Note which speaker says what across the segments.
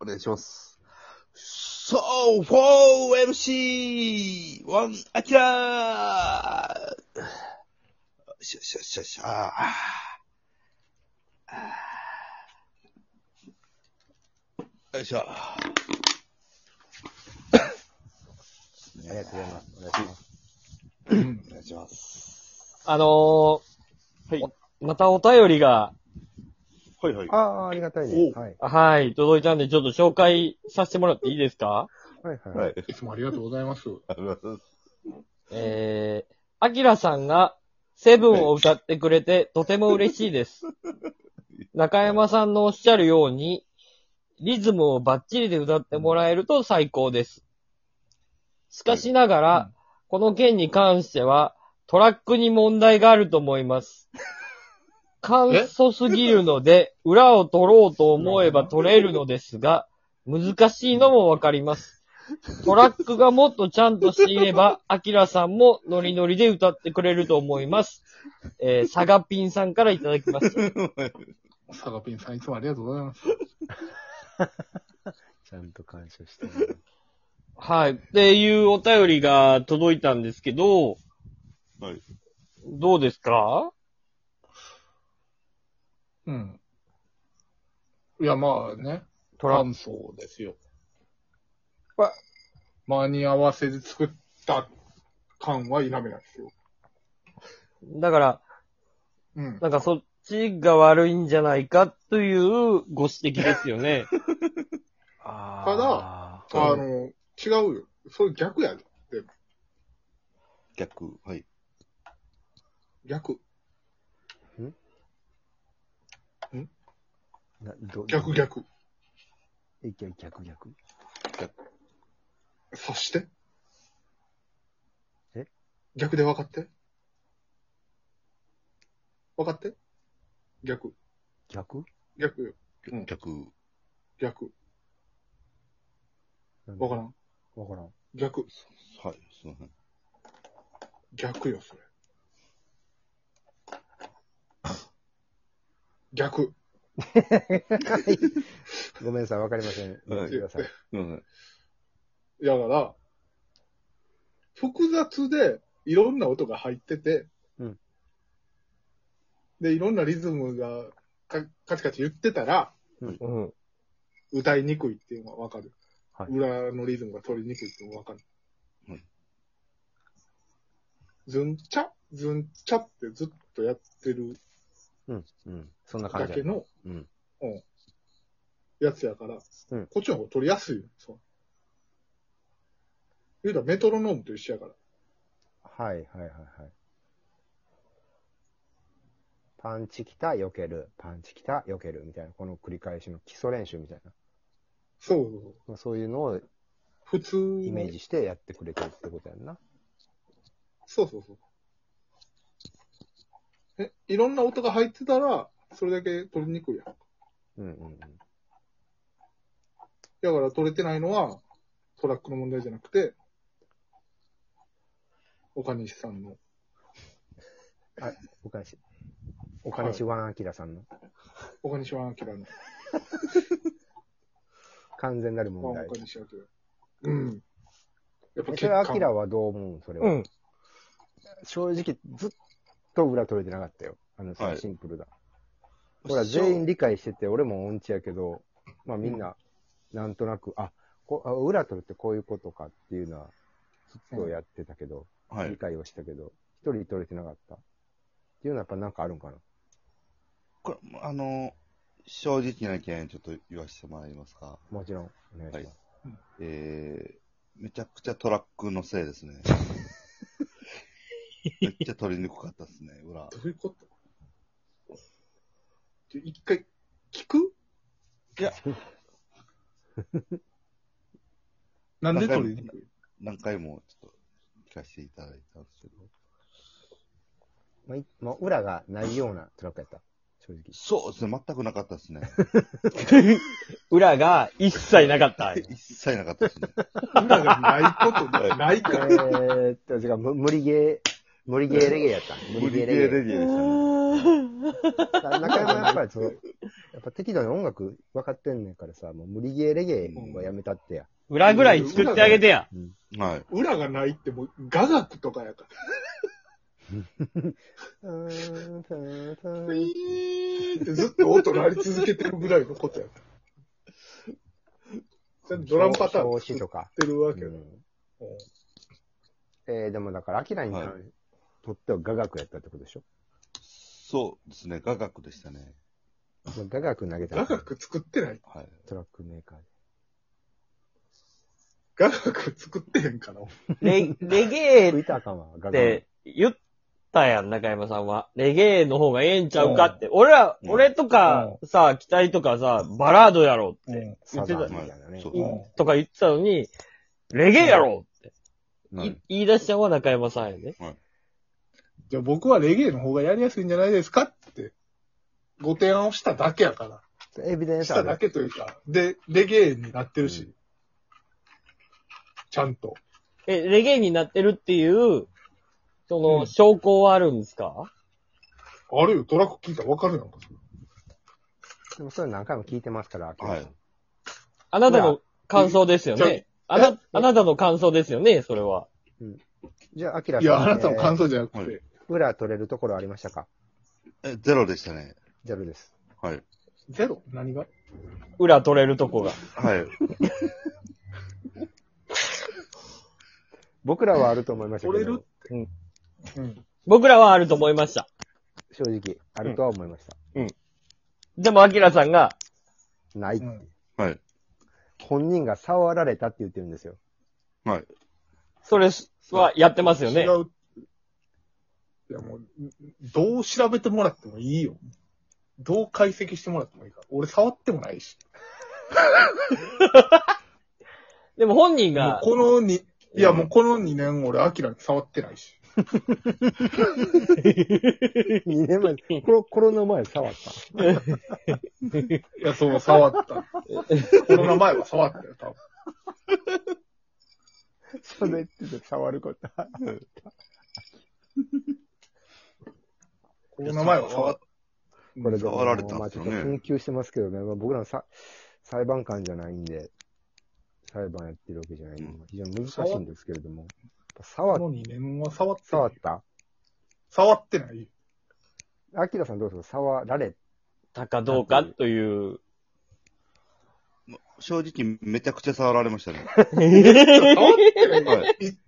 Speaker 1: お願いします。そう、4MC! ワン、アキラーしゃしゃしゃしゃー。よいしょ。
Speaker 2: ありがとうございます。お願
Speaker 1: お
Speaker 2: いします。
Speaker 1: 願いします。
Speaker 3: あのー、
Speaker 2: はい
Speaker 3: おまたお便りが、
Speaker 1: はいはい。
Speaker 2: ああ、ありがたいです。
Speaker 1: お
Speaker 2: はい。
Speaker 3: はい、届いたんで、ちょっと紹介させてもらっていいですか
Speaker 2: はいはい。
Speaker 1: はい。
Speaker 4: いつもありがとうございます。
Speaker 1: ありがとうございます
Speaker 3: えー、アキラさんが、セブンを歌ってくれて、とても嬉しいです。 中山さんのおっしゃるように、リズムをバッチリで歌ってもらえると最高です。しかしながら、この件に関しては、トラックに問題があると思い ます。簡素すぎるので、裏を取ろうと思えば取れるのですが、難しいのもわかります。トラックがもっとちゃんとしていれば、アキラさんもノリノリで歌ってくれると思います。えー、サガピンさんからいただきました。
Speaker 4: サガピンさんいつもありがとうございます。
Speaker 2: ちゃんと感謝してる。
Speaker 3: はい。っていうお便りが届いたんですけど、
Speaker 1: はい
Speaker 3: どうですか
Speaker 4: うん。いや、まあね、
Speaker 3: ト
Speaker 4: ト
Speaker 3: ラ
Speaker 4: ラ
Speaker 3: ック。
Speaker 4: ンソーですよ。
Speaker 2: わ
Speaker 4: 間に合わせで作った感は否めないですよ。
Speaker 3: だから、
Speaker 4: うん。
Speaker 3: なんかそっちが悪いんじゃないかというご指摘ですよね。
Speaker 2: あ
Speaker 4: あの、違うよ。それ逆やで。
Speaker 1: 逆、はい。
Speaker 4: 逆。
Speaker 2: ただ、など
Speaker 4: 逆。逆。
Speaker 2: え逆逆逆。
Speaker 4: そして
Speaker 2: え
Speaker 4: 逆で分かって分かって逆。
Speaker 2: 逆
Speaker 4: 逆よ。
Speaker 1: 逆、
Speaker 4: 逆。分からん
Speaker 2: ん。わからん。
Speaker 4: 逆。
Speaker 1: はい、すいません。
Speaker 4: 逆よ、それ。逆。
Speaker 2: ごめんなさい、わかりません。ごめんなさい。
Speaker 1: すいません。
Speaker 4: だから、複雑でいろんな音が入ってて、
Speaker 2: うん
Speaker 4: で、いろんなリズムがかカチカチ言ってたら、
Speaker 3: うん。
Speaker 4: 歌いにくいっていうのはわかる。
Speaker 2: はい
Speaker 4: 裏のリズムが取りにくいっていうのはわかる。
Speaker 1: うん
Speaker 4: ズンチャズンチャってずっとやってる
Speaker 2: うん。うん。そんな感
Speaker 4: だ
Speaker 2: じ
Speaker 4: けの、
Speaker 2: うん
Speaker 4: うんやつやから、
Speaker 2: うん
Speaker 4: こっちの方が取りやすいよ。そう。言うたらメトロノームと一緒やから。
Speaker 2: はいはいはいはい。パンチきた、避ける。パンチきた、避ける。みたいな。この繰り返しの基礎練習みたいな。
Speaker 4: そうそうそう。
Speaker 2: まあそういうのを
Speaker 4: 普通の
Speaker 2: イメージしてやってくれてるってことやんな。
Speaker 4: そうそうそう。え、いろんな音が入ってたら、それだけ取りにくいやん。
Speaker 2: うんうんうん。
Speaker 4: だから取れてないのは、トラックの問題じゃなくて、岡西さんの。
Speaker 2: お金し、お金しワンアキラさんの
Speaker 4: 岡西は明の。
Speaker 2: 完全なる
Speaker 4: まあ
Speaker 2: 問題。
Speaker 4: 岡西明。うん。やっぱ
Speaker 2: えそれ、アキラ
Speaker 4: は。
Speaker 2: はどう思うんそれは。
Speaker 3: うん。
Speaker 2: 正直、ずっと裏取れてなかったよ。あの、
Speaker 1: はい
Speaker 2: シンプルだ。ほら、全員理解してて、俺も音痴やけど、まあみんな、なんとなく、あ、こあ裏取るってこういうことかっていうのは、ずっとやってたけど、
Speaker 1: は
Speaker 2: 理
Speaker 1: い。
Speaker 2: 解をしたけど、一人取れてなかった。っていうのはやっぱなんかあるんかな。
Speaker 1: これ、あの、正直な意見、ちょっと言わせてもらえますか。
Speaker 2: もちろん、お願いします。
Speaker 1: えー、めちゃくちゃトラックのせいです ね。めっちゃ取りにくかったですね、裏。
Speaker 4: どういうことちょ一回、聞く
Speaker 1: いや。
Speaker 4: なんで取りにくい
Speaker 1: 何回もちょっと聞かせていただいたんですけど。
Speaker 2: まあいまあ、裏がないようなトラックやった。正直。
Speaker 1: そうですね、全くなかったです ね。
Speaker 3: 裏が一切なかった。
Speaker 1: 一切なかったですね。
Speaker 4: 今がないことで、ない か
Speaker 2: え
Speaker 4: ら。
Speaker 2: ーっと、違う、む無理ゲー、無理ゲーレゲエやった。無
Speaker 5: 無
Speaker 2: 理ゲ
Speaker 5: 理
Speaker 2: ー
Speaker 5: ゲー
Speaker 2: レ
Speaker 5: レ
Speaker 2: ゲエ。
Speaker 5: ゲエでしたね。
Speaker 2: 中山やっぱりその、やっぱ適度に音楽分かってんねんからさ、もう無理ゲーレゲエはやめたってや。
Speaker 3: 裏ぐらい作ってあげてや。
Speaker 5: はい。
Speaker 4: 裏がないってもう、雅楽とかやから。
Speaker 2: うーん、たーた ー
Speaker 4: ウィーンってずっと音鳴り続けてるぐらいのことやから。ドラムパターン
Speaker 2: 表
Speaker 4: 作
Speaker 2: 紙と
Speaker 4: っ
Speaker 2: か。
Speaker 4: てるわけ
Speaker 2: う
Speaker 4: よ。
Speaker 2: んえー、でもだから、アキラに
Speaker 5: は
Speaker 2: 関とっては雅楽やったってことでしょ
Speaker 5: そうですね。雅楽でしたね。
Speaker 2: まあ雅楽投げた
Speaker 4: 雅
Speaker 2: ら
Speaker 4: 楽作ってない
Speaker 5: はい。
Speaker 2: トラックメーカーで。
Speaker 4: 雅楽作ってへんから。
Speaker 3: レ、レゲエ
Speaker 2: 吹いたらあかんわ、雅楽。
Speaker 3: って言ったやん、中山さんは。レゲエの方がええんちゃうかって。俺ら、俺とかさ、期待とかさ、バラードやろって言
Speaker 2: サ
Speaker 3: って
Speaker 2: ザ
Speaker 3: た
Speaker 2: ン、みたいなね
Speaker 5: そ。
Speaker 4: うん
Speaker 3: とか言ってたのに、レゲエやろって
Speaker 5: う。はい
Speaker 3: い言い出したのは中山さんやね。
Speaker 4: じゃあ僕はレゲエの方がやりやすいんじゃないですかって、ご提案をしただけやか
Speaker 2: エビデ
Speaker 4: ら。
Speaker 2: ン
Speaker 4: し
Speaker 2: スあ
Speaker 4: ただ
Speaker 2: る。
Speaker 4: けというか、で、レゲエになってるし、
Speaker 2: うん
Speaker 4: ちゃんと。
Speaker 3: え、レゲエになってるっていう、その、証拠はあるんですか、
Speaker 4: あるよ、トラック聞いたらわかるやんか。
Speaker 2: でもそれ何回も聞いてますから、アキラ
Speaker 5: は
Speaker 2: さん
Speaker 5: い。
Speaker 3: あなたの感想ですよ
Speaker 4: じゃ
Speaker 3: ね。あな、あなたの感想ですよね、それは。
Speaker 2: じゃあ、アキラ
Speaker 4: いや、あなた
Speaker 2: の
Speaker 4: の感想じゃなく
Speaker 5: は
Speaker 4: て、
Speaker 2: 裏取れるところありましたか
Speaker 5: え、ゼロでしたね。
Speaker 2: ジャルです。
Speaker 5: はい。
Speaker 4: ゼロ何が
Speaker 3: 裏取れるとこが。
Speaker 5: はい。
Speaker 2: 僕らはあると思いました
Speaker 4: 折
Speaker 2: け
Speaker 4: れ
Speaker 2: ど
Speaker 4: るっ、て。
Speaker 3: うん
Speaker 4: うん。。
Speaker 3: 僕らはあると思いました。
Speaker 2: 正直、あるとは思いました。
Speaker 3: でも、アキラさんが、
Speaker 2: ないう
Speaker 4: ん。
Speaker 5: はい。
Speaker 2: 本人が触られたって言ってるんですよ。
Speaker 5: はい。
Speaker 3: それはやってますよ
Speaker 4: 違
Speaker 3: ね。
Speaker 4: う。いや、もう、どう調べてもらってもいいよ。どう解析してもらってもいいから。俺触ってもないし。
Speaker 3: でも本人
Speaker 4: もう
Speaker 3: が、
Speaker 4: このに、いやもうこの2年俺、アキラに触ってないし。
Speaker 2: 2年前、コロ、コロナ前触った。
Speaker 4: いや、そう、触った。コロナ前は触ったよ、多分。
Speaker 2: 喋ってて触ること。
Speaker 4: コロナ前は触った。
Speaker 2: これで
Speaker 5: 触られたん
Speaker 2: まあ
Speaker 5: です
Speaker 2: ちょ
Speaker 5: よ
Speaker 2: っ
Speaker 5: ね
Speaker 2: と紛糾してますけどね、まあ、僕らのさ裁判官じゃないんで、裁判やってるわけじゃないんで、
Speaker 5: うん
Speaker 2: 非常に難しいんですけれども、やっぱ触
Speaker 4: こ
Speaker 2: っ
Speaker 4: の2年は触ってな
Speaker 2: 触っ
Speaker 4: い。
Speaker 2: た
Speaker 4: 触ってない。
Speaker 2: アキラさんどうですか触られ
Speaker 3: たかどうかという。
Speaker 5: 正直、めちゃくちゃ触られましたね。
Speaker 4: 触ってない。
Speaker 5: はい。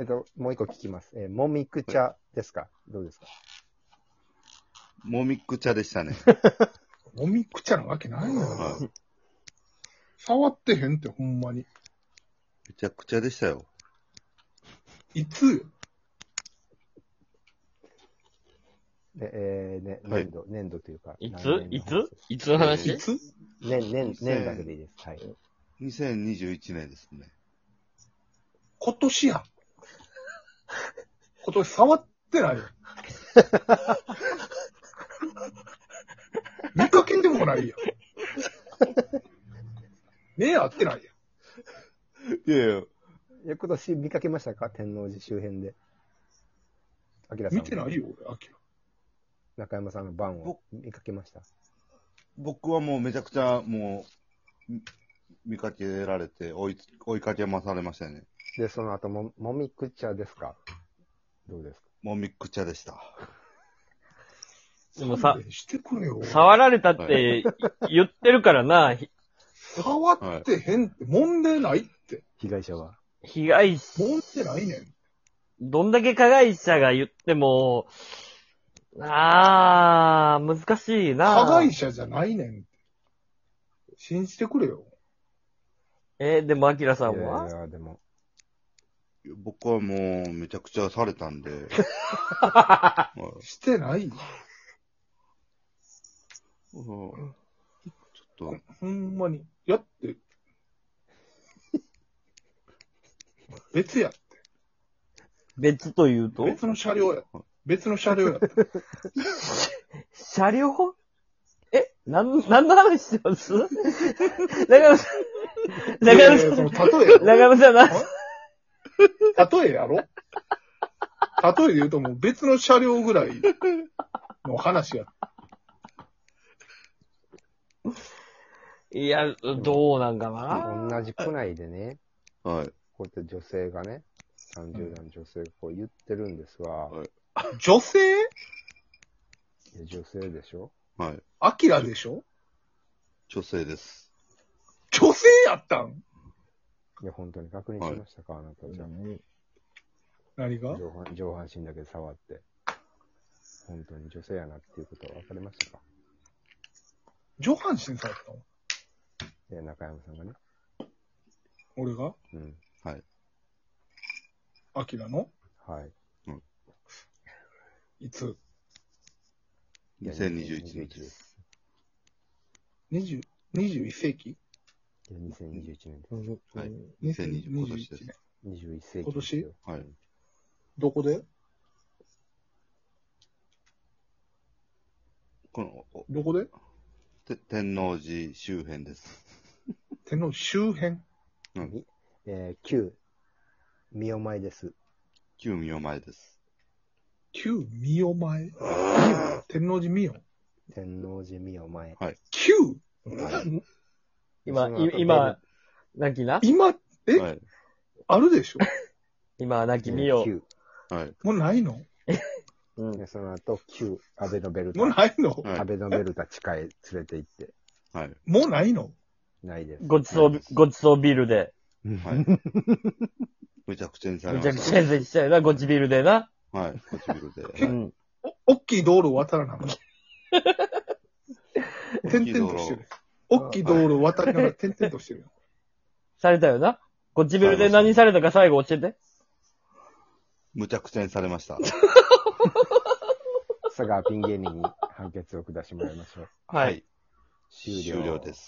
Speaker 2: えっと、もう一個聞きます。えーもみくちゃですかどうですか
Speaker 5: もみくちゃでしたね。
Speaker 4: もみくちゃなわけないよ。
Speaker 5: はい。め
Speaker 4: 触ってへんって、ほんまに。
Speaker 5: ちゃくちゃでしたよ。
Speaker 4: いつ
Speaker 2: ね、えーね、
Speaker 5: はい
Speaker 2: 年度、年度というか。
Speaker 3: いつ
Speaker 2: 何
Speaker 3: い
Speaker 2: 年の
Speaker 3: つ
Speaker 2: 話です
Speaker 3: いつの話
Speaker 4: いつ
Speaker 2: 年、年、年だけでいいです。はい。
Speaker 5: 2021年ですね。
Speaker 4: 今年や。今年触って ないよ。見かけてもないや。目合ってないや。
Speaker 5: いやいや、
Speaker 2: いや、今年見かけましたか天王寺周辺で。アキラさん。
Speaker 4: 見てない。よ、俺、秋。
Speaker 2: 中山さんの番を見かけました。
Speaker 5: 僕はもうめちゃくちゃ、もう、み見かけられて、追い、追いかけまされましたね。
Speaker 2: で、その後も、もみくちゃですかどうですか
Speaker 5: もみくちゃでした。
Speaker 3: でもさ、
Speaker 4: してくれよ。
Speaker 3: 触られたって言ってるからな、ひ
Speaker 4: 触ってへんって、揉んでないって。
Speaker 2: 被害者は。
Speaker 3: 被害者、
Speaker 4: 揉んでないねん。
Speaker 3: どんだけ加害者が言っても、あー、難しいな。
Speaker 4: 加害者じゃないねん。信じてくれよ。
Speaker 3: えーでも、アキラさん
Speaker 2: いやい
Speaker 3: は
Speaker 2: や、でも。
Speaker 5: 僕はもう、めちゃくちゃされたん で。はい
Speaker 4: してない。
Speaker 5: うんちょっと、
Speaker 4: ほんまに。やって。 別や。
Speaker 3: 別というと
Speaker 4: 別の車両や。別の車両や った。
Speaker 3: 車両え、なん、なんの話してます中山さん、中
Speaker 4: いや
Speaker 3: 山
Speaker 4: い
Speaker 3: さ
Speaker 4: や
Speaker 3: ん
Speaker 4: その例えやろ
Speaker 3: 中山さんな、
Speaker 4: 例えやろ例えで言うともう別の車両ぐらいの話や。
Speaker 3: いや、どうなんかな。
Speaker 2: 同じ区内でね、
Speaker 5: はい。
Speaker 2: こうやって女性がね、30代の女性がこう言ってるんですが、
Speaker 5: はい
Speaker 4: 女性
Speaker 2: いや女性でしょ
Speaker 5: はい。
Speaker 4: アキラでしょ
Speaker 5: 女性です。
Speaker 4: 女性やったん
Speaker 2: いや、本当に確認しましたか、あなたじゃあ
Speaker 4: 何が
Speaker 2: 上半。上半身だけ触って。本当に女性やなっていうことは分かりましたか
Speaker 4: 上半身されたの
Speaker 2: いや、中山さんがね。
Speaker 4: 俺が
Speaker 2: うん。
Speaker 4: アキラの
Speaker 2: はい。
Speaker 4: いつ
Speaker 2: いや
Speaker 5: 2021年です。
Speaker 2: す。
Speaker 4: 20 ?21 世紀
Speaker 2: いや、2021年です。
Speaker 5: はい
Speaker 4: 2021
Speaker 5: 2020今年です
Speaker 4: 年。
Speaker 2: 21世紀。
Speaker 4: 今年
Speaker 5: はい。
Speaker 4: どこで
Speaker 5: この、お
Speaker 4: どこで
Speaker 5: て天王寺周辺です。
Speaker 4: 天皇周辺。
Speaker 2: えー、9、三尾前です。
Speaker 5: 旧御前です。
Speaker 4: 旧三代前。天皇寺三代。
Speaker 2: 天王寺三尾前。
Speaker 4: 旧
Speaker 3: 今、
Speaker 2: その後
Speaker 3: い今、泣きな
Speaker 4: 今、え
Speaker 5: はい。
Speaker 4: あるでしょ
Speaker 3: 今、泣き
Speaker 2: 出る
Speaker 3: 見よ
Speaker 2: 9。
Speaker 3: う。
Speaker 5: はい。
Speaker 4: もうないの
Speaker 3: うん
Speaker 2: でその後、9、アベノベルタ
Speaker 4: もう。ないの
Speaker 5: はい
Speaker 2: アベノベルタ地下へ連れて行って、
Speaker 5: はい。
Speaker 4: もうないの
Speaker 2: ないです。
Speaker 3: ごちそう、ごちそうビールで。
Speaker 5: はい。むちゃくちゃにされ
Speaker 3: め
Speaker 5: ま
Speaker 3: ちゃく
Speaker 5: し
Speaker 3: ちゃ
Speaker 5: た。
Speaker 3: 先生したよな、ごちビールでな。
Speaker 5: はい。こっち見るで。は
Speaker 3: う
Speaker 5: い
Speaker 3: ん。
Speaker 4: お大きい道路を渡らなあかん。
Speaker 5: 大き
Speaker 4: 点
Speaker 5: い道
Speaker 4: 々
Speaker 5: 路
Speaker 4: としてる。大きい道路を渡りながら点々としてるよ。
Speaker 3: されたよな。ごちビールで何されたか最後教えて。
Speaker 5: むちゃくちゃにされました。
Speaker 2: 佐川ピン芸人に判決を下してもらいましょう。
Speaker 3: はい。
Speaker 2: 終了
Speaker 5: 終了です。